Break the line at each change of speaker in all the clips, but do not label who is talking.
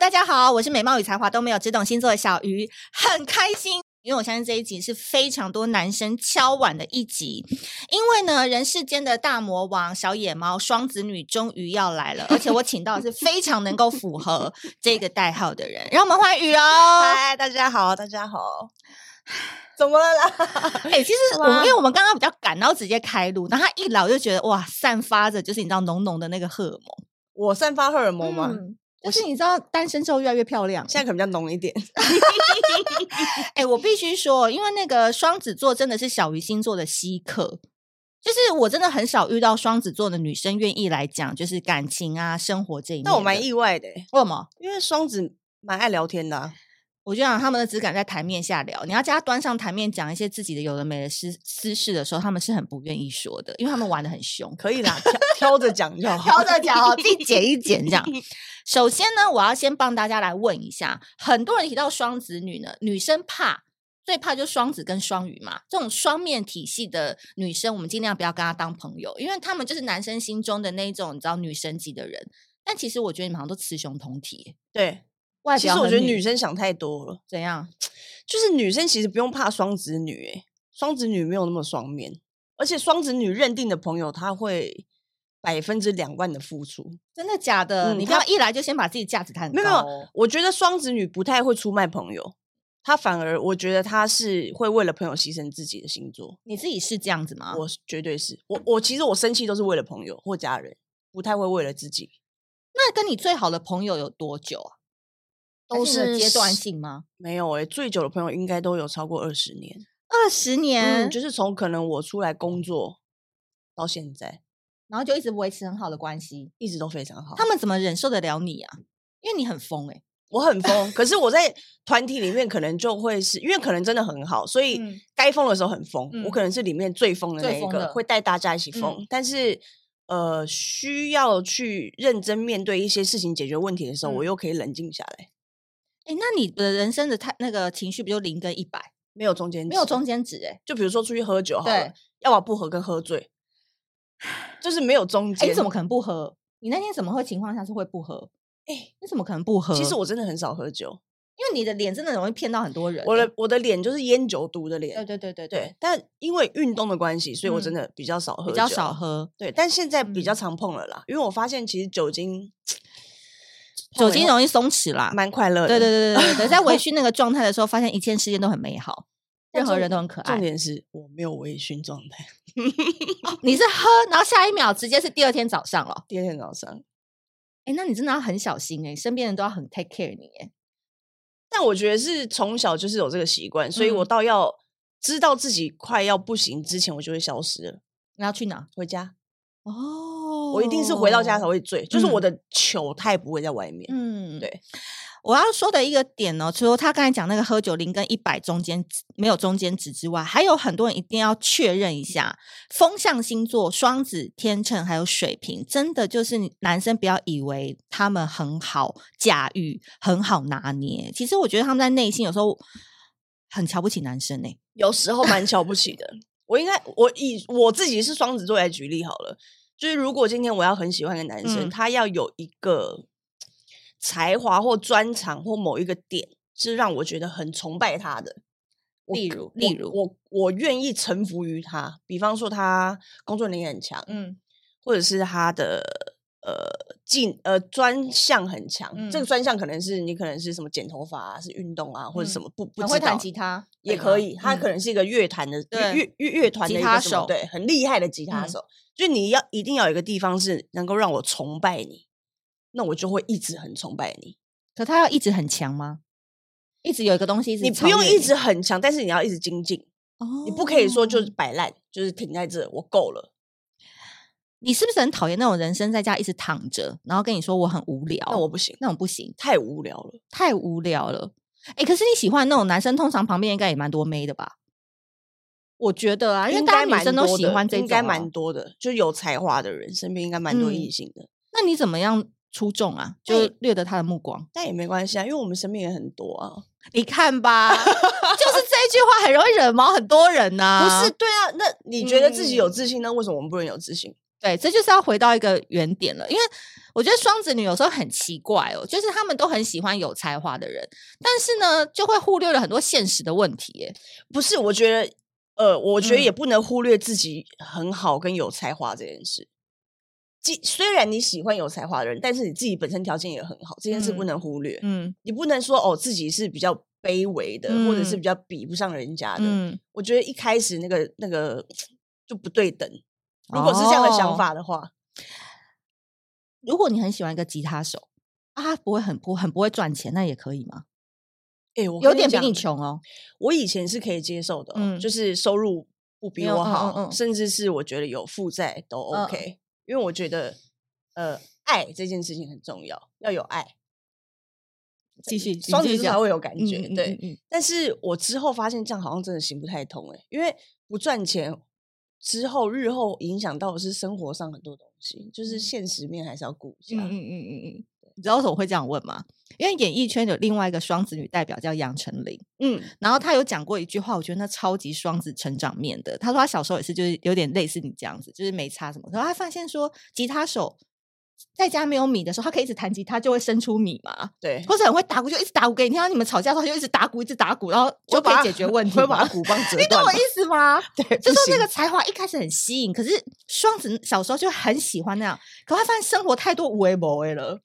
大家好，我是美貌与才华都没有，只懂星座的小鱼，很开心。因为我相信这一集是非常多男生敲碗的一集，因为呢，人世间的大魔王小野猫双子女终于要来了，而且我请到的是非常能够符合这个代号的人，让我们欢迎雨哦。
嗨，大家好，大家好。怎么了啦？
哎、其实我们因为我们刚刚比较赶，然后直接开录，然后他一来我就觉得哇，散发着就是你知道浓浓的那个荷尔蒙，
我散发荷尔蒙
懂
吗？
吗？嗯就是你知道单身之后越来越漂亮，
现在可能比较浓一点。
哎、我必须说，因为那个双子座真的是小鱼星座的稀客，就是我真的很少遇到双子座的女生愿意来讲，就是感情啊、生活这一面的。
但我蛮意外的欸，
为什么？
因为双子蛮爱聊天的啊、
我就想他们只敢在台面下聊，你要叫他端上台面讲一些自己的有的没的私私事的时候，他们是很不愿意说的，因为他们玩的很凶。
可以啦，挑挑着讲就好。
挑着讲 哦，自己剪一剪这样。 首先呢，我要先帮大家来问一下，很多人提到双子女呢，女生怕最怕就是双子跟双鱼嘛，这种双面体系的女生，我们尽量不要跟她当朋友，因为她们就是男生心中的那一种你知道女神级的人。但其实我觉得你们好像都雌雄同体耶，
对，
外
其
表
实我
很
觉得女生想太多了，
怎样？
就是女生其实不用怕双子女，哎，双子女没有那么双面，而且双子女认定的朋友，她会百分之两万的付出。
真的假的？
嗯
你不要一来就先把自己价值看
没
高、
有没有，我觉得双子女不太会出卖朋友，她反而我觉得她是会为了朋友牺牲自己的星座。
你自己是这样子吗？
我是绝对是我，我其实我生气都是为了朋友或家人，不太会为了自己。
那跟你最好的朋友有多久啊？还
都
是你有
是
阶段
十
性吗？
没有诶、最久的朋友应该都有超过二十年。
二十年、
嗯，就是从可能我出来工作到现在，
然后就一直维持很好的关系，
一直都非常好。
他们怎么忍受得了你啊？因为你很疯哎、
我很疯，可是我在团体里面可能就会是因为可能真的很好，所以
嗯
该疯的时候很疯。
嗯
我可能是里面最疯的
最
那一
疯
个
的，
会带大家一起疯。
嗯
但是呃，需要去认真面对一些事情、解决问题的时候，
嗯
我又可以冷静下来，
哎、那你的人生的态那个情绪不就零跟一百，
没有中间
没有
值
中间值哎、
就比如说出去喝酒好了
对，
要么不喝跟喝醉，就是没有中
哎、
间。
你怎么可能不喝？你那天怎么会情况下是会不喝？
哎
你怎么可能不喝？
其实我真的很少喝酒，
因为你的脸真的容易骗到很多人欸、
我的我的脸就是烟酒毒的
对
脸。
对对对
对，，但因为运动的关系，所以我真
嗯
的比较少喝酒，
比较少。喝
对，但现在比较
嗯
常碰了啦，因为我发现其实酒精
酒精容易
易
松弛啦。
蛮快乐的。
对对对对对对，在微醺那个状态的时候，发现一切世界都很美好，
但
任何
重
人都很可爱
重。点是我没有微醺状态，
哦你是喝，然后下一秒直接是第二天早上了。
第二天早上。
哎、那你真的要很小心哎、身边人都要很 take care 你哎、
但我觉得是从小就是有这个习惯，所以我
嗯
到要知道自己快要不行之前，我就会消失了。
你要去哪？
回家，
哦
我一定是回到家才。会醉，就是我
嗯
的球太不会在外面。
嗯，
对。
我要说的一个点哦呢，除了他刚才讲那个喝酒零跟一百中间值没有中间值之外，还有很多人一定要确认一下，风象星座双子、天秤还有水瓶，真的就是你男生不要以为他们很好驾驭、很好拿捏，其实我觉得他们在内心有时候很瞧不起男生呢、欸
有时候蛮瞧不起的。我应该，我以我自己是双子座来举例好了，就是如果今天我要很喜欢一个男生，
嗯
他要有一个才华或专长或某一个点是让我觉得很崇拜他的。我
例
可
如
我
例如
我我愿意臣服于他，比方说他工作能力很强，
嗯，
或者是他的呃技呃专项很强。这
嗯
个专项可能是你可能是什么剪头发啊，是运动啊，或者什
嗯
么不不
很
知
会弹
道
吉他
也
对
可
吗
以，他
嗯
可能是一个乐坛的乐
对
乐乐乐团
吉
的一
他
个什么
手
对，很厉害的吉他
嗯
手。就你要一定要有一个地方是能够让我崇拜你，那我就会一直很崇拜你。
可他要一直很强吗？一直有一个东西一直
你
超
不用
越
一直很强，但是你要一直精进，你不可以说就是
哦
摆烂，就是停在这，我够了。
你是不是很讨厌那种人生在家一直躺着，然后跟你说我很无聊？
那我不行，
那种不行，
太无聊了。
太无聊了。哎、可是你喜欢那种男生，通常旁边应该也蛮多妹的吧？我觉得啊，因为
应
大
该
家女
蛮
生都
多
喜
的
欢这
应
种、啊
该蛮。多的，就有才华的人身边应该蛮多异
嗯
性的，
那你怎么样出众啊？就
哎
掠得他的目光。
但也没关系啊，因为我们身边也很多啊。
你看吧， 就是这一句话很容易惹毛很多人呐、
不是，对啊，那你觉得自己有
嗯
自信，那为什么我们不能有自信？
对，这就是要回到一个原点了，因为我觉得双子女有时候很奇怪哦，就是他们都很喜欢有才华的人，但是呢，就会忽略了很多现实的问题耶。
不是，我觉得，呃，我觉得也
嗯
不能忽略自己很好跟有才华这件事。既虽然你喜欢有才华的人，但是你自己本身条件也很好，这件事不
嗯
能忽略。
嗯
你不能说哦，自己是比较卑微的，或者是
嗯
比较比不上人家的。
嗯，
我觉得一开始那个那个就不对等。如果是这样的想
哦
法的话，
如果你很喜欢一个吉他手。啊，他不会很不很不会赚钱，那也可以吗？
哎、我
有
跟
点比
讲
你穷哦。
我以前是可以接受的哦、
嗯
就是收入不比
没有
我
嗯
好，
嗯嗯
甚至是我觉得有负债都
嗯
OK，、因为我觉得呃，爱这件事情很重要，要有爱，
继续，你
双
继
子
续
座
讲
才会有感觉。
嗯嗯
对、
嗯嗯
但是我之后发现这样好像真的行不太通哎、因为不赚钱之后，日后影响到的是生活上很多东西，就是现实面还是要顾一下。
嗯嗯嗯嗯嗯，你知道为什么会这样问吗？因为演艺圈有另外一个双子女代表叫杨丞琳，
嗯
然后她有讲过一句话，我觉得那超级双子成长面的。她说她小时候也是，就是有点类似你这样子，就是没差什么。可是她发现说，吉他手在家没有米的时候，他可以一直弹吉他，就会生出米嘛，
对，
或者很会打鼓，就一直打鼓给你听。然后你们吵架的时候，他就一直打鼓，一直打鼓，然后
我
就可
把
以解决 问题
我会把
嘛。
它鼓棒折
你
断
懂我
吧。
意思吗？
对，
就说
不
那
行
个才华一开始很吸引，可是双子小时候就很喜欢那样，可他发现生活太多无为不为了。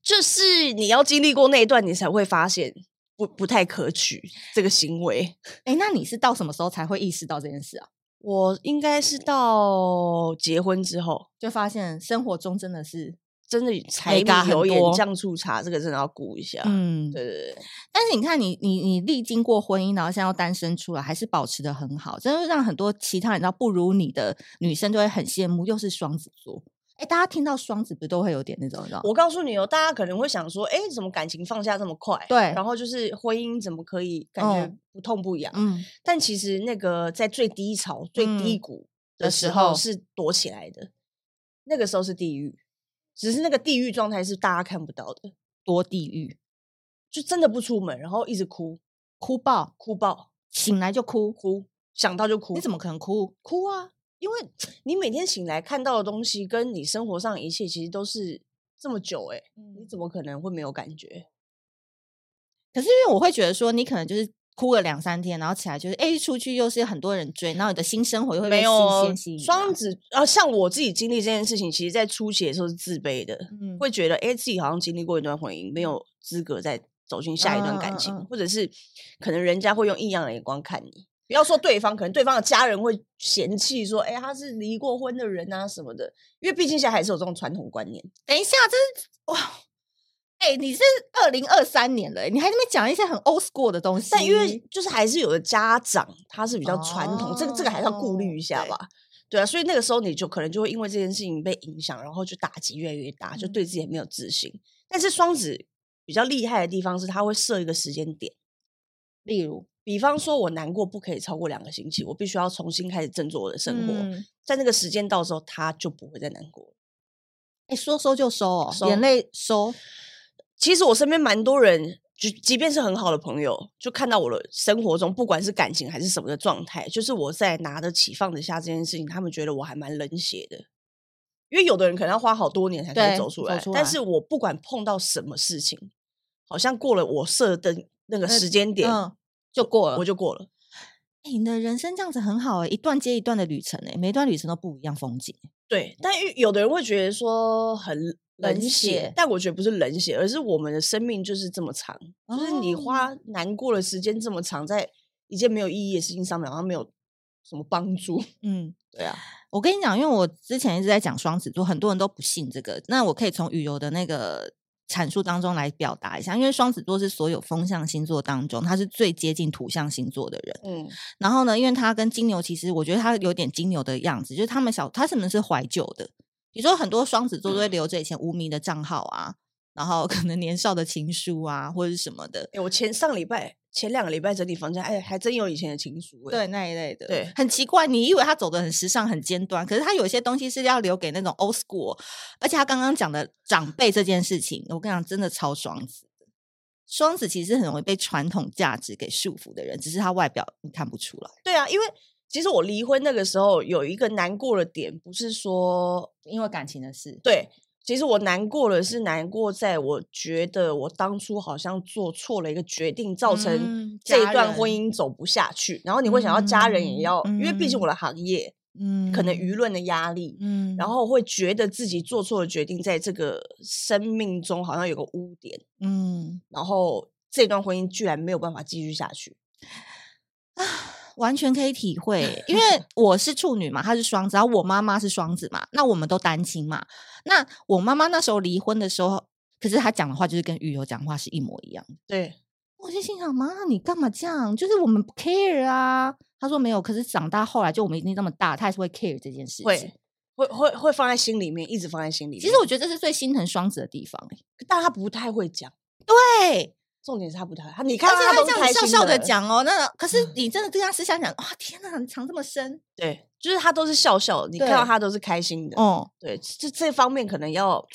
就是你要经历过那一段，你才会发现不不太可取这个行为。
哎，那你是到什么时候才会意识到这件事啊？
我应该是到结婚之后，
就发现生活中真的是，
真的柴
嘎
米
很
油盐
多
酱醋茶，这个真的要顾一下。
嗯，
对对对，
但是你看你，你你历经过婚姻，然后现在要单身出来，还是保持的很好，真的让很多其他人知道不如你的女生就会很羡慕，又是双子座。哎，大家听到双子不都会有点那种，你知道吗？
我告诉你哦，大家可能会想说，哎，怎么感情放下这么快？
对
然后就是婚姻怎么可以感觉
嗯
不痛不痒？
嗯，
但其实那个在最低潮、最低
嗯
谷
的
的
时
时候
候
是躲起来的，那个时候是地狱，只是那个地狱状态是大家看不到的。
多地狱，
就真的不出门，然后一直哭
哭爆，
哭爆，
醒来就哭，
哭想到就哭。
你怎么可能哭？
哭啊？因为 你每天醒来看到的东西，跟你生活上一切其实都是这么久、欸，你怎么可能会没有感觉？
可是因为我会觉得说，你可能就是哭了两三天，然后起来就是哎，出去又是很多人追，然后你的新生活又会被
没有
新
哦
鲜吸引啊。
双子啊，像我自己经历这件事情，其实在初期的时候是自卑的，
嗯
会觉得哎、欸自己好像经历过一段婚姻，没有资格再走进下一段
嗯嗯
感
嗯
情，
嗯
或者是可能人家会用异样的眼光看你。不要说对方，可能对方的家人会嫌弃说：“哎、他是离过婚的人啊什么的。”因为毕竟现在还是有这种传统观念。
等一下，这是哇！哎、你是二零二三年了、欸你还在那边讲一些很 old school 的东西。
但因为就是还是有的家长他是比较传统，这个这个还是要顾虑
哦
一下
对
吧。对啊，所以那个时候你就可能就会因为这件事情被影响，然后就打击越来越大，就
嗯
对自己也没有自信。但是双子比较厉害的地方是，他会设一个时间点。
例如
比方说，我难过不可以超过两个星期，我必须要重新开始振作我的生活。
嗯
在那个时间到之后，他就不会再难过了。
哎、说收就收哦，
收
眼泪收。
其实我身边蛮多人，就即便是很好的朋友，就看到我的生活中，不管是感情还是什么的状态，就是我在拿得起放得下这件事情，他们觉得我还蛮冷血的。因为有的人可能要花好多年才可以
对
走出
走
来，
出
但
来
是我不管碰到什么事情，好像过了我设的那个
那
时间点，
嗯，就过了。
我就过了。
哎、你的人生这样子很好哎、一段接一段的旅程哎、每一段旅程都不一样风景。
对，但有有的人会觉得说很冷
冷
血
血，
但我觉得不是冷血，而是我们的生命就是这么长，就是你
哦
花难过的时间这么长，在一件没有意义的事情上面，好像没有什么帮助。
嗯，
对啊，
我跟你讲，因为我之前一直在讲双子座，很多人都不信这个。那我可以从雨柔的那个阐述当中来表达一下，因为双子座是所有风象星座当中，它是最接近土象星座的人。
嗯，
然后呢，因为他跟金牛，其实我觉得他有点金牛的样子，就是他们小，他可能是怀旧的。比如说，很多双子座都会留着以前无名的账号啊，然后可能年少的情书啊，或者是什么的。
哎、我前上礼拜、前两个礼拜整理房间，哎，还真有以前的情书、欸
对，那一类的，
对
很奇怪。你以为他走的很时尚、很尖端，可是他有些东西是要留给那种 old school。而且他刚刚讲的长辈这件事情，我跟你讲，真的超双子的。双子其实很容易被传统价值给束缚的人，只是他外表你看不出来。
对啊，因为其实我离婚那个时候有一个难过的点，不是说
因为感情的事，
对，其实我难过的是难过，在我觉得我当初好像做错了一个决定，
嗯
造成这一
家
段婚
人
姻走不下去。然后你会想要家人也要，因为毕竟我的行业
嗯
可能舆论的压力，
嗯
然后会觉得自己做错了决定，在这个生命中好像有个污点，
嗯，
然后这段婚姻居然没有办法继续下去。
完全可以体会， 因为我是处女嘛，她是双子，然后我妈妈是双子嘛，那我们都单亲嘛。那我妈妈那时候离婚的时候，可是她讲的话就是跟雨柔讲话是一模一样的。
对，
我就心想，妈，你干嘛这样？就是我们不 care 啊。她说没有，可是长大后来就我们已经这么大，她还是会 care 这件事情
会。嗯会会会放在心里面，一直放在心里面。
其实我觉得这是最心疼双子的地方、欸。
但他不太会讲，
对，
重点是他不太，他你看
但
到
是他
都
这
是
样
开
子笑
心
笑的
的，
讲哦，那可 是你真的跟他私下讲，哇，天哪，你藏这么深
对，就是他都是笑笑的，你看
对
到他都是开心的。
哦。
对，这这方面可能要。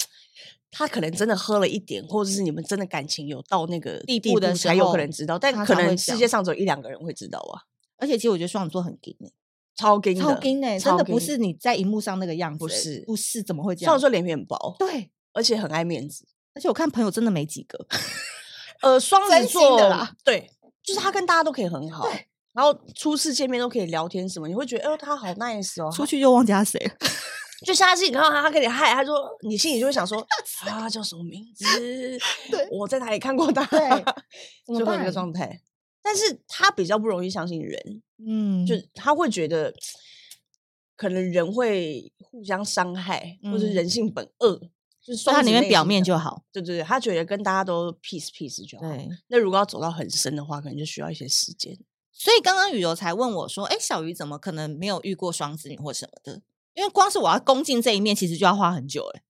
他可能真的喝了一点，或者是你们真的感情有到那个
地
地
步的时
才有
候
可能知道，但
他
可
才会
能世
讲
界上只有一两个人会知道啊，
而且其实我觉得双子座很硬、欸，
超惊的，
超硬哎、真
超
的不
硬
是你在荧幕上那个样子、
不
欸
是
不是，怎么会这
双
样
子？座脸皮很薄，
对，
而且很爱面子。
而且我看朋友真的没几个，
呃，双
真
子
心的
座
啦，嗯
对，就是他跟大家都可以很好，然后初次见面都可以聊天什么，你会觉得，哎、呦，他好 nice 哦。
出
他
去就忘记他谁了。
就下次你看到他，他跟你嗨，他说你心里就会想说，啊他叫什么名字
对？
我在哪里看过他？
对怎么
就会有一个
办
状态。但是他比较不容易相信人，
嗯，
就他会觉得，可能人会互相伤害，或者
嗯
人性本恶，就是
在
双
他
子
里面
内
表
心
面
的哦
就好。
对对对，他觉得跟大家都 peace peace 就好。
对，
那如果要走到很深的话，可能就需要一些时间。
所以刚刚雨柔才问我说：“哎、小鱼怎么可能没有遇过双子女或什么的？”因为光是我要攻进这一面，其实就要花很久了。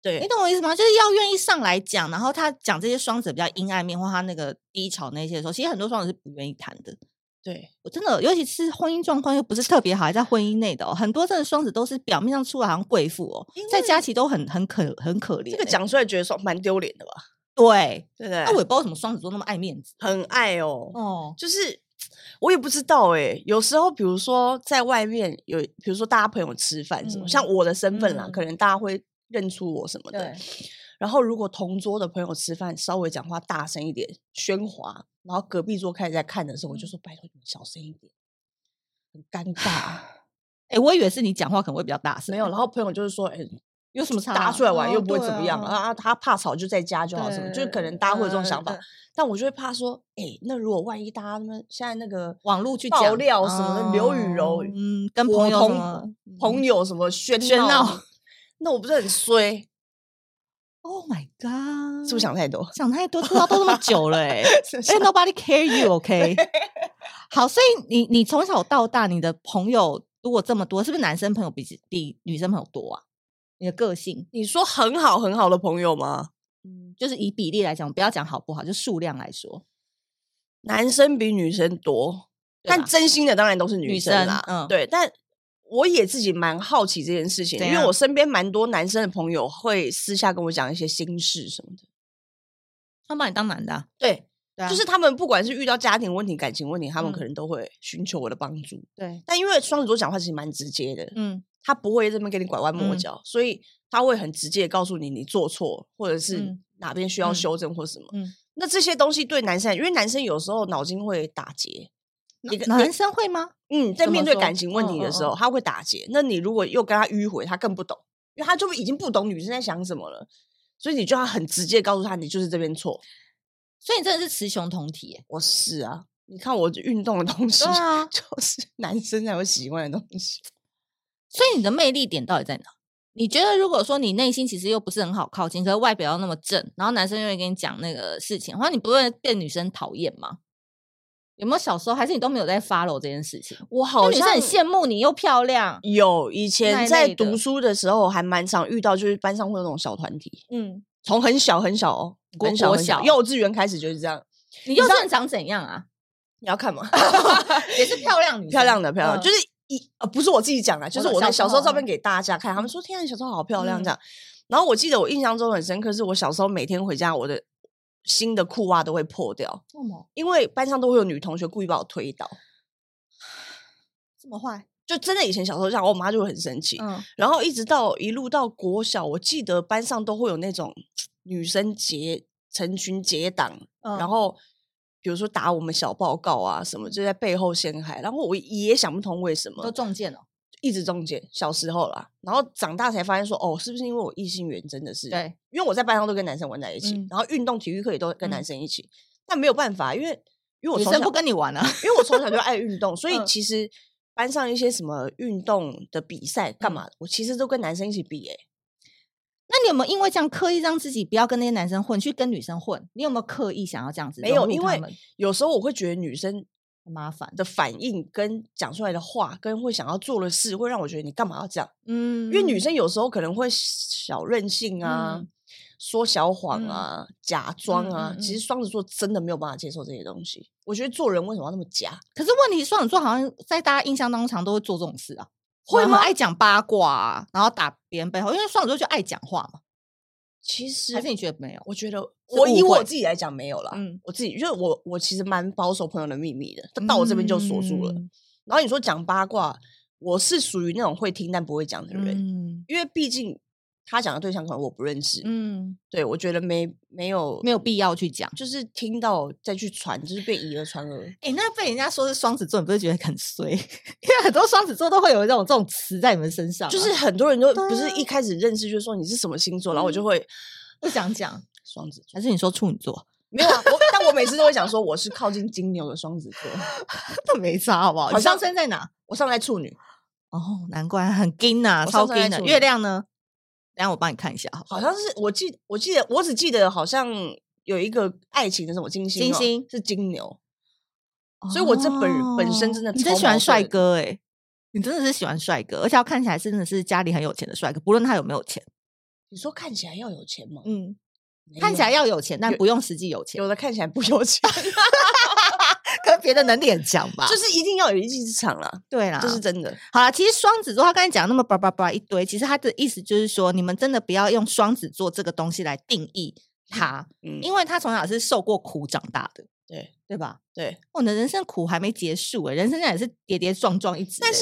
对
你懂我意思吗？就是要愿意上来讲，然后他讲这些双子比较阴暗面或他那个低潮那些的时候，其实很多双子是不愿意谈的。
对
我真的，尤其是婚姻状况又不是特别好，还在婚姻内的、哦，很多真的双子都是表面上出来好像贵妇哦
因，
在家其实都很很可很可怜欸、
这个讲出来觉得说蛮丢脸的吧？
对，
对不对？
那我也不知道为什么双子座那么爱面子
很爱哦，
哦。
就是我也不知道哎、有时候比如说在外面有，比如说大家朋友吃饭什么，像
嗯
我的身份啦，
嗯
可能大家会认出我什么的。然后如果同桌的朋友吃饭，稍微讲话大声一点，喧哗，然后隔壁桌开始在看的时候，我
嗯
就说拜托你们小声一点，很尴尬。啊
哎、我以为是你讲话可能会比较大声，
没有，然后朋友就是说，哎、
有什么差、
大家出来玩
哦
又不会
对
怎么样
啊
啊，他怕吵就在家就好，什么，就是可能大家会有这种
对
想法
对。
但我就会怕说，哎、那如果万一大家他们现在那个
网络去
爆
讲
料什么的，刘雨柔，
嗯，跟
我
朋友什么嗯
同朋友什么喧
喧
闹
闹，
那我不是很衰？
，Oh my god，
是不是想太多？
想太多，出道都那么久了、欸，哎
是不 是
哎，Nobody care you，OK？、好，所以你你从小到大，你的朋友如果这么多，是不是男生朋友比起比女生朋友多啊？你的个性，
你说很好很好的朋友吗？
嗯，就是以比例来讲，不要讲好不好，就数量来说，
男生比女生多，
对
但
吧
真心的当然都是
女
生
生
啦。
嗯
对，但我也自己蛮好奇这件事情，
怎
因为
样
我身边蛮多男生的朋友会私下跟我讲一些心事什么的。
他把你当男的、啊，
对，
对啊，
就是他们不管是遇到家庭问题、感情问题，他们可
嗯
能都会寻求我的帮助。
对，
但因为双子座讲话其实蛮直接的，
嗯
他不会这边跟你拐弯抹
嗯
角，所以他会很直接地告诉你你做错，或者是
嗯
哪边需要
嗯
修正或什么。
嗯，
那这些东西对男生来，因为男生有时候脑筋会打结，一个
男生会吗？
嗯，在
怎
面
么
对
说
感情问题
嗯
的
嗯
时候，
嗯
他会打结。那你如果又跟他迂回，他更不懂，因为他就已经不懂女生在想什么了，所以你就要很直接告诉他，你就是这边错。
所以你真的是雌雄同体、欸，
我是啊，你看我运动的东西，
对啊，
就是男生才会喜欢的东西。
所以你的魅力点到底在哪？你觉得，如果说你内心其实又不是很好靠近，可是外表又那么正，然后男生又会跟你讲那个事情，然后你不会被女生讨厌吗？有没有小时候还是你都没有在 follow 这件事情？
我
就
好
女生
像
很羡慕你又漂亮，
有以
那
前
一
在
类的
读书的时候，还蛮常遇到，就是班上会有那种小团体，
嗯，
从很小很小哦，
国
很小
国
很小，
小
幼稚园开始就是这样。
你又
知道
正长怎样啊？
你要看吗？
也是漂亮女生，
漂亮的，漂亮的，
嗯
就是一呃，不是我自己讲的，就是
懂
我在
小
小
时
时候
候
照片
嗯
给大家看，他们说：“天啊，你小时候好漂亮！”
嗯
这样。然后我记得我印象中很深刻，是我小时候每天回家，我的新的裤袜都会破掉，
为什么
因为班上都会有女同学故意把我推倒。
这这么坏？
就真的以前小时候这样，我妈就会很生气。
嗯，
然后一直到一路到国小，我记得班上都会有那种女生结成群结党，
嗯
然后比如说打我们小报告啊什么，就在背后陷害。然后我也想不通为什
都
么，
中箭了。
一直中间小时候啦，然后长大才发现说，哦，是不是因为我异性缘真的是？，
对，
因为我在班上都跟男生玩在一起，
嗯
然后运动体育课也都跟
嗯
男生一起，但没有办法，因为因为我
女
从
生
小
不跟你玩啊 了、
因为我从小就爱运动， 所以
嗯
其实班上一些什么运动的比赛
嗯
干嘛的，我其实都跟男生一起比、欸。
那你有没有因为这样刻意让自己不要跟那些男生混，去跟女生混？你有没有刻意想要这样子
没
融入他
有，
们？
因为有时候我会觉得女生
很麻烦。
的反应跟讲出来的话，跟会想要做的事，会让我觉得你干嘛要这样？
嗯，
因为女生有时候可能会小任性啊。
嗯
说小谎啊，假装啊，
嗯嗯
其
嗯
实双子座真的没有办法接受这些东西。我觉得做人为什么要那么假？
可是问题，双子座好像在大家印象当中常都会做这种事啊，
会
很
吗
爱讲八卦啊，然后打别人背后，因为双子座就爱讲话嘛。
其实
还是你觉得没有？
我觉得
是
我以
误
我
会
自己来讲没有啦，
嗯
我自己就是我我其实蛮保守朋友的秘密的，
啊
但到我这边就锁住了。
嗯
然后你说讲八卦，我是属于那种会听但不会讲的人，
嗯
因为毕竟他讲的对象可能我不认识，
嗯，
对我觉得没没有
没有必要去讲。
就是听到再去传，就是被以讹传讹。
哎、那被人家说是双子座，你不是觉得很衰？因 为很多双子座都会有这种这种词在你们身上啊、
就是很多人都
对
不是
啊嗯
一开始认识就说你是什么星座，然后我就会
不想 讲，
双子座
还是你说处女座？
没有啊，我但我每次都会讲说我是靠近金牛的双子座，
那没差好不好？
好
你上
像
升在哪？
我上来处女，
哦，难怪很金呐、啊，
我
超
上升在
金的。
处
月
女
亮呢？等一下我帮你看一下好不好，
好像是我记，我记得我只记得好像有一个爱情的什么金星哦、
金星
是金牛，所以我这本人本身真的
哦你真
超
喜欢
矛
帅
盾
哥哎、你真的是喜欢帅哥，而且要看起来真的是家里很有钱的帅哥，不论他有没有钱，
你说看起来要有钱吗？
嗯，
没
看起
有
来要有钱，但不用实际有钱，
有的看起来不有 钱，
可能别的能力很强吧？
就是一定要有一技之长啦，
对啦，
这是真的。
好啦，其实双子座他刚才讲那么叭叭叭一堆，其实他的意思就是说，你们真的不要用双子座这个东西来定义他，
嗯，
因为他从小是受过苦长大的，
对
对吧？
对，
哦，你的人生苦还没结束诶、人生也是跌跌撞撞一直、
但是。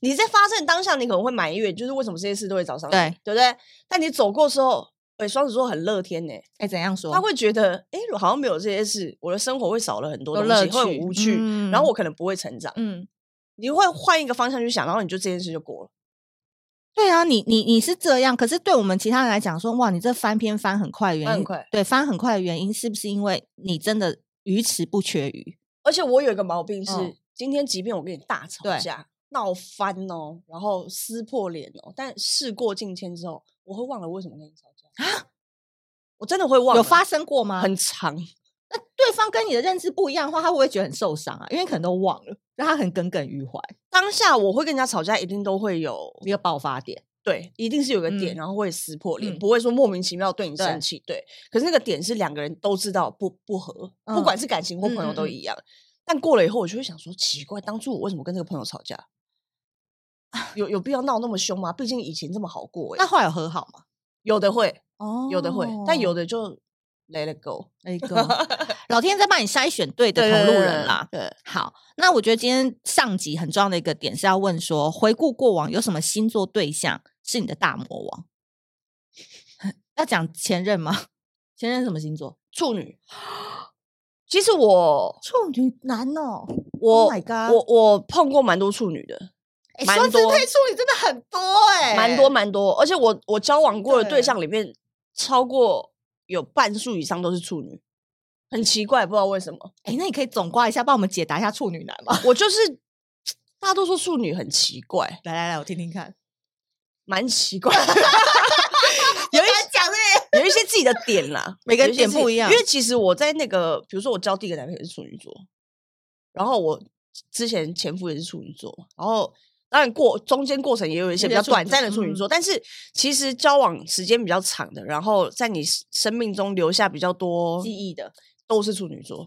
你在发生当下，你可能会埋怨，就是为什么这些事都会找上你，
对
对不对？但你走过之后，哎、双子座很乐天呢、
哎、怎样说？
他会觉得，哎、好像没有这些事，我的生活会少了很多
有
东
乐
西，会很
趣
无趣，
嗯
然后我可能不会成长。
嗯，
你会换一个方向去想，然后你就这件事就过了。
对啊，你你你是这样，可是对我们其他人来讲说，哇，你这翻篇翻很快的原
翻
因，
很快
对，翻很快的原因是不是因为你真的鱼池不缺鱼？
而且我有一个毛病是，
嗯
今天即便我跟你大吵
对
架、闹翻哦，然后撕破脸哦，但事过境迁之后，我会忘了为什么跟你吵架啊，我真的会忘了。
有发生过吗？
很长，
对方跟你的认知不一样的话，他会不会觉得很受伤啊？因为可能都忘了，让他很耿耿于怀，
当下我会跟人家吵架，一定都会有
一个爆发点。
对，一定是有个点，
嗯
然后会撕破脸，
嗯
不会说莫名其妙对你
对
生气。对，可是那个点是两个人都知道不不合，不
嗯
管是感情或朋友
嗯嗯
都
嗯
一样。但过了以后，我就会想说，奇怪，当初我为什么跟这个朋友吵架？ 有有必要闹那么凶吗？毕竟以前这么好过、欸，
那后来有和好吗？
有的会，
哦
有的会，但有
的
的就 let it go。
那个 老天在帮你筛选对的
对
同路人啦。，
对对对
好，那我觉得今天上集很重要的一个点是要问说，回顾过往有什么星座对象是你的大魔王？ 要讲前任吗？前任是什么星座？
处女。其实我
处女男哦，
我、
my god
我我碰过蛮多处女的，
哎、
蛮
双子
多
配处女真的很多哎、
蛮多蛮多，而且我我交往过的
对
对象里面，超过有半数以上都是处女，很奇怪，不知道为什么。
哎、那你可以总刮一下，帮我们解答一下处女男吗？
我就是大多数处女很奇怪，
来来来，我听听看。
蛮奇怪的，有一些
讲的
有一些自己的点啦，
每个
有些
点
自己
不一样
因为其实我在那个，比如说我交第一个男朋友是处女座，然后我之前前夫也是处女座嘛，然后当然过中间过程也有一些
有
比
些
较
处
短
女
暂的处女
嗯
座，但是其实交往时间比较长的，然后在你生生命中留下比较多
记忆的
都是处女座，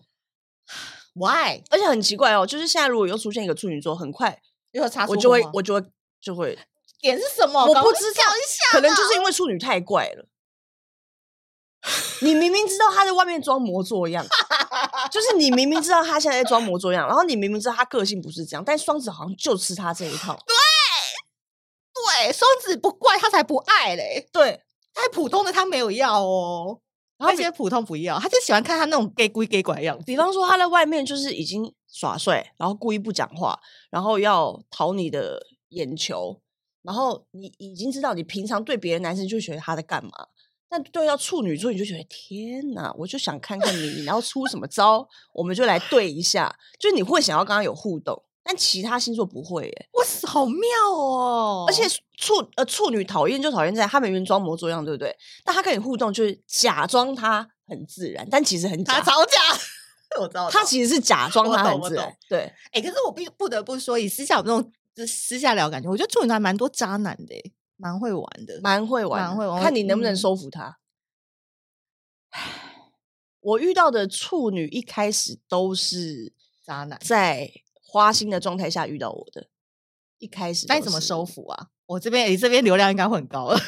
，why？
而且很奇怪哦，就是现在如果又出现一个处女座，很快
又有差
我
错
就会
吗
我就会就会，
点是什么？
我
赶
不
快
知
讲
道
一下，
可能就是因为处女太怪了。你明明知道他在外面装模作样，就是你明明知道他现在在装模作样，然后你明明知道他个性不是这样，但双子好像就吃他这一套。
对，双子不怪他才不爱嘞，
对，
爱普通的他没有要哦，他
然后
觉
比
得普通不要，他就喜欢看他那种 gay 龟 gay 拐的样子。
比方说他在外面就是已经耍帅，然后故意不讲话，然后要讨你的眼球，然后你已经知道你平常对别的男生就觉得他在干嘛。但对到处女座，你就觉得天哪！我就想看看你，你要出什么招，我们就来对一下。就是你会想要跟他有互动，但其他星座不会耶。
哇塞，好妙哦！
而且处呃处女讨厌就讨厌在他明明装模作样，对不对？但他跟你互动就是假装他很自然，但其实很假
他。吵架， 我知道
他
他
其实是假装
我
他
懂
很
我
自然
懂，
对，
哎、可是我必不得不说，以私下有那种就是私下聊的感觉，我觉得处女座还蛮多渣男的、欸，蛮会玩的。
蛮会玩的，
蛮会玩
看你能不能
嗯
收服他。我遇到的处女一开始都是
渣男
在花心的状态下遇到我的，一开始
那你
都
怎么
是
收？服啊？我这边你这边流量应该会很高了。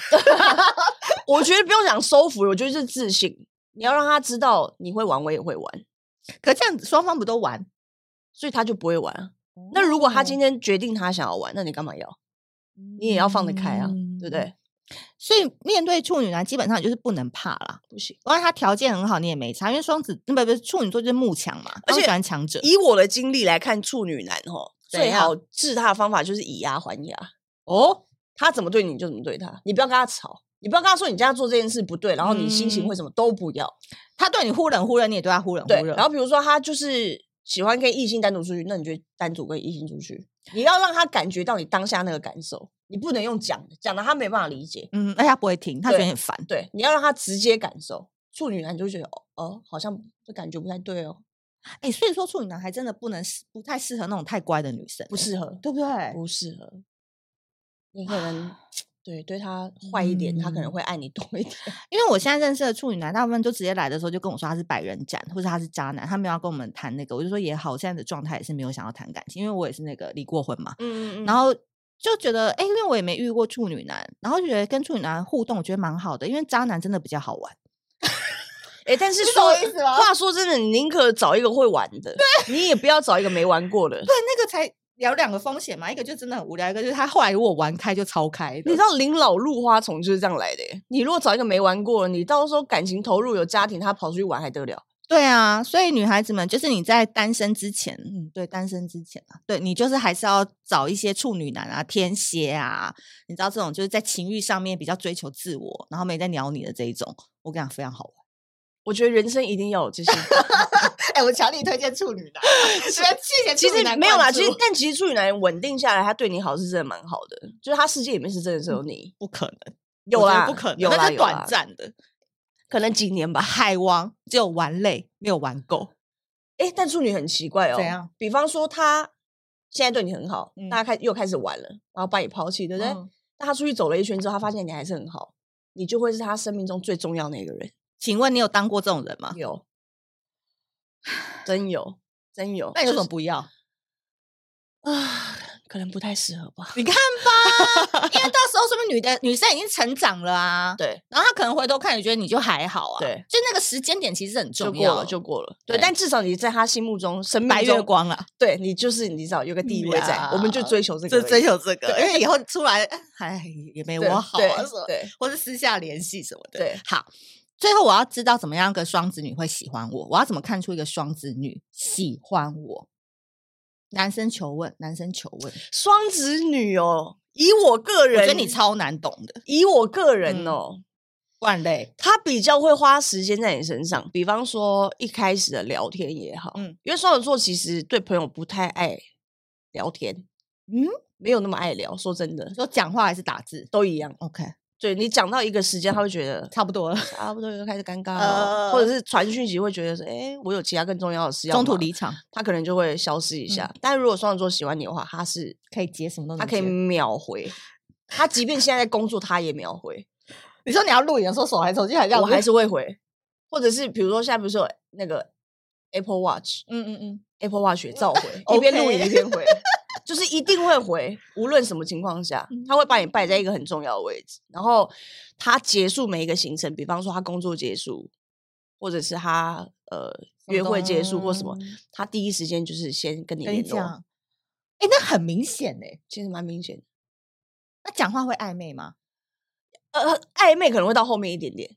我觉得不用讲收服，我觉得是自信。你要让他知道你会玩，我也会玩，
可这样子双方不都玩？
所以他就不会玩啊。那如果他今
天
天决定他想要玩，那你干嘛要？你也要放得开啊，
嗯
对不对？？
所以面对处女男，基本上你就是不能怕啦。
不行。
万一他条件很好，你也没差，因为双子那不不是处女座就是慕强嘛，他们
且
喜欢强者
以我的经历来看，处女男吼
怎
最
样
好治他的方法就是以牙还牙，
哦。
他怎么对你就怎么对他，你不要跟他吵，你不要跟他说你这样做这件事不对，然后你心情会什么都不要。
他对你忽冷忽热，你也对他忽冷
对
嗯忽，热。
然后比如说他就是喜欢跟异性单独出去，那你就单独跟异性出去，你要让他感觉到你当下那个感受，你不能用讲的，讲的他没办法理解。
嗯，而且他不会听，他觉得
对
你很烦。
对，你要让他直接感受。处女男就觉得哦哦，好像这感觉不太对哦，
哎、所以说处女男还真的不能适，不太适合那种太乖的女生、
不
欸，
适合。
对不对？
不适合。你可能对对他坏一点，他可能
嗯
会爱你多一点。
因为我现在认识的处女男，大部分就直接来的时候就跟我说他是百人斩，或者他是渣男，他没有要跟我们谈那个。我就说也好，我现在的状态也是没有想要谈感情，因为我也是那个离过婚嘛，
嗯
然后。就觉得，哎、因为我也没遇过处女男，然后就觉得跟处女男互动，我觉得蛮好的，因为渣男真的比较好玩。
哎， 但是
你懂
说
我意思吗
话说真的，你宁可找一个会玩的，你也不要找一个没玩过 的。
对，那个才聊两个风险嘛，一个就真的很无聊，一个就是他后来如果玩开就超开的。
你知道林老入花丛就是这样来的耶。你如果找一个没玩过的，你到时候感情投入有家庭，他跑出去玩还得了？
对啊，所以女孩子们，就是你在单身之前，嗯，对，单身之前啊，对你就是还是要找一些处女男啊、天蝎啊，你知道这种就是在情欲上面比较追求自我，然后没在鸟你的这一种，我跟你讲非常好玩。
我觉得人生一定要有 这些。
哎、我强力推荐处女男，啊 谢谢
其实没有啦，其实但其实处女男稳定下来，他对你好是真的蛮好的，就是他世界里面是真的只有你。
不可能，
有
我觉得
啦，
不可能，
有
那
啦，
是
有
短
啦，
暂的。
可能几年吧。
海王只有玩累，没有玩够。
哎、但处女很奇怪哦。
怎样？
比方说，他现在对你很好，
嗯
大家开又开始玩了，然后把你抛弃，对不对？
嗯
但他出去走了一圈之后，他发现你还是很好，你就会是他生命中最重要的一个人。
请问你有当过这种人吗？
有，真有，真有。
那你为
就
什么
是
不要？
啊？可能不太适合吧。
你看吧，因为到时候说明女的女生已经成长了啊，
对，
然后她可能回头看，你觉得你就还好啊，
对，
就那个时间点其实很
就
重
过
要，
了，就过了。
对
对，但至少你在他心目中，生命
白月
中，
光啊了，
对你就是你知道有个地位在，我们就
呀
追求这个
就
而已，
追求这个，
对
因为以后出来，哎，也没
对
我好
对
啊，什么
对，
或是私下联系什么的，
对，
好。最后，我要知道怎么样一个双子女会喜欢我，我要怎么看出一个双子女喜欢我？男生求问，男生求问，
双子女哦。以我个
我
人，
觉得你超难懂的，
以我个人
嗯
哦，
不然嘞，
他比较会花时间在你身上，比方说一开始的聊天也好，
嗯
嗯，因为双子座其实对朋友不太爱聊天，
嗯，
没有那么爱聊，说真的
你说讲话还是打字
都一样。
？OK，
对你讲到一个时间，他会觉得
差不多了。
差不多又开始尴尬了，或者是传讯息会觉得说，哎、我有其他更重要的事要
呃中途
忙
离，嗯场，
他可能就会消失一下。但如果双子座喜欢你的话，他是
可以接什么东西？
他可以秒回，他即便现在在工作，他也秒回。
你说你要录影的时候，手还手机还这样
我
子，
还是会回，或者是比如说现在不是有那个 Apple Watch，Apple
嗯嗯嗯，
Watch 也照回，
OK
一边录影一边回，就是一定会回，无论什么情况下
嗯，
他会把你摆在一个很重要的位置。然后他结束每一个行程，比方说他工作结束，或者是他呃约会结束或什么，他第一时间就是先跟你
嗯跟你
联络，
讲，哎，那很明显哎，
其实蛮明显的。
那讲话会暧昧吗？
呃，暧昧可能会到后面一点点，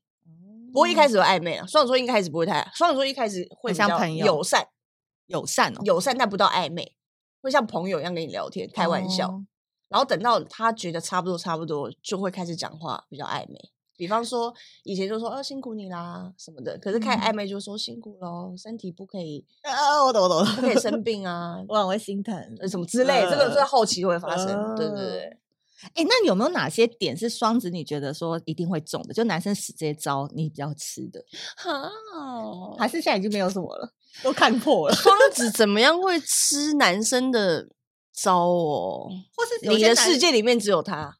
不过一开
始
始有暧昧啊。双子座一开始不会太，双子座一开始会
嗯很
比
像
较
朋友
友善，
友善哦，
友善但不到暧昧，会像朋友一样跟你聊天、开玩笑。
哦
然后等到他觉得差不多差不多，就会开始讲话，比较暧昧。比方说以前就说啊辛苦你啦什么的，可是开始暧昧就说辛苦咯，身体不可以
啊，我懂我懂， ，
不可以生病 啊
我很会心疼。
呃什么之类，这个
呃
在后期会发生。对对对，
哎，那有没有哪些点是双子你觉得说一定会中的？就男生使这些招，你比较吃的，
好，
还是现在已经没有什么了， 都看破了
双子怎么样会吃男生的招哦？
或是有
你
些
的
男
世？界里面只有他，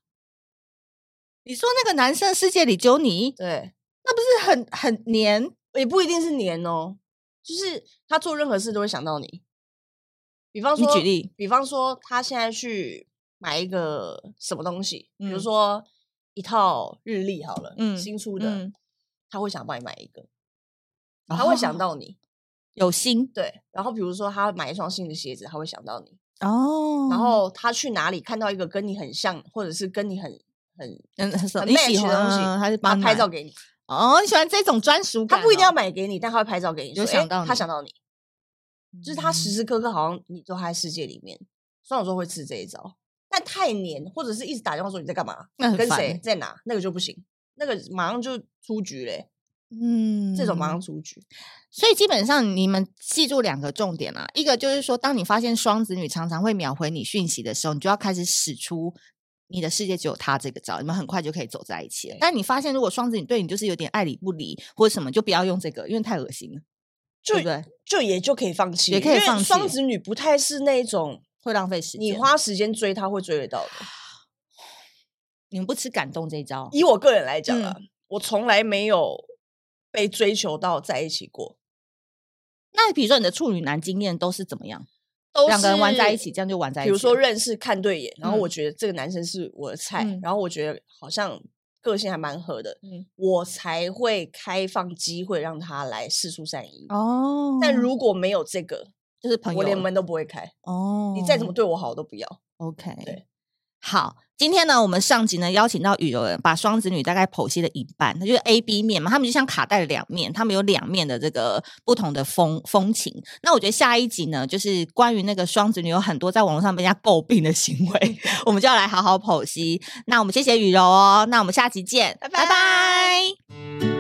你说那个男生的世界里只有你，
对，
那不是很很黏？
也不一定是黏哦，就是他做任何事都会想到你。比方
你
说，
举例，
比方说他现在去买一个什么东西，比如
嗯
说一套日历好了，
嗯
新出的，
嗯
他会想帮你买一个，他会想
哦
到你，
有心
对。然后比如说他买一双新的鞋子，他会想到你。
哦，
然后他去哪里看到一个跟你很像，或者是跟你很很
嗯，什么
很
你
match
喜
的
欢
东西，
嗯他就
他
帮你
拍
买
照给你，
哦，你喜欢这种专属感哦，
他不一定要买给你，但他会拍照给你说，
有
诶
想到
他
你
想到你，就是他时
嗯
时刻刻好像你都还在世界里面。双子座会吃这一招，但太黏或者是一直打电话说你在干嘛，
那很
跟
烦
谁
欸
在哪，那个就不行，那个马上就出局嘞、
嗯
这种马上出局。
所以基本上你们记住两个重点啊，一个就是说，当你发现双子女常常会秒回你讯息的时候，你就要开始使出你的世界只有他这个招，你们很快就可以走在一起了
对。
但你发现如果双子女对你就是有点爱理不理或者什么，就不要用这个，因为太恶心了，
就
对不对？
就也就可以放弃，
也可以
因为
放
双
弃
子女不太是那种
会浪费时间。
你花时间追她会追得到的。
你们不吃感动这一招，
以我个人来讲啊，
嗯
我从来没有被追求到在一起过，
那比如说你的处女男经验都是怎么样？
都
两个人玩在一
是
起，这样就玩在一起了。
比如说认识看对眼，然后我
嗯
觉得这个男生是我的菜，
嗯
然后我觉得好像个性还蛮合的，
嗯
我才会开放机会让他来试出善意。
哦，
但如果没有这个，
就是朋友
我连
了
门都不会开，
哦，
你再怎么对我好我都不要。
OK，
对
好，今天呢，我们上集呢邀请到雨柔人，把双子女大概剖析了一半，那就是 A、B 面嘛，他们就像卡带的两面，他们有两面的这个不同的风风情。那我觉得下一集呢，就是关于那个双子女有很多在网络上被人家诟病的行为， 我们就要来好好剖析。那我们谢谢雨柔哦，那我们下集见，
拜
拜
拜
拜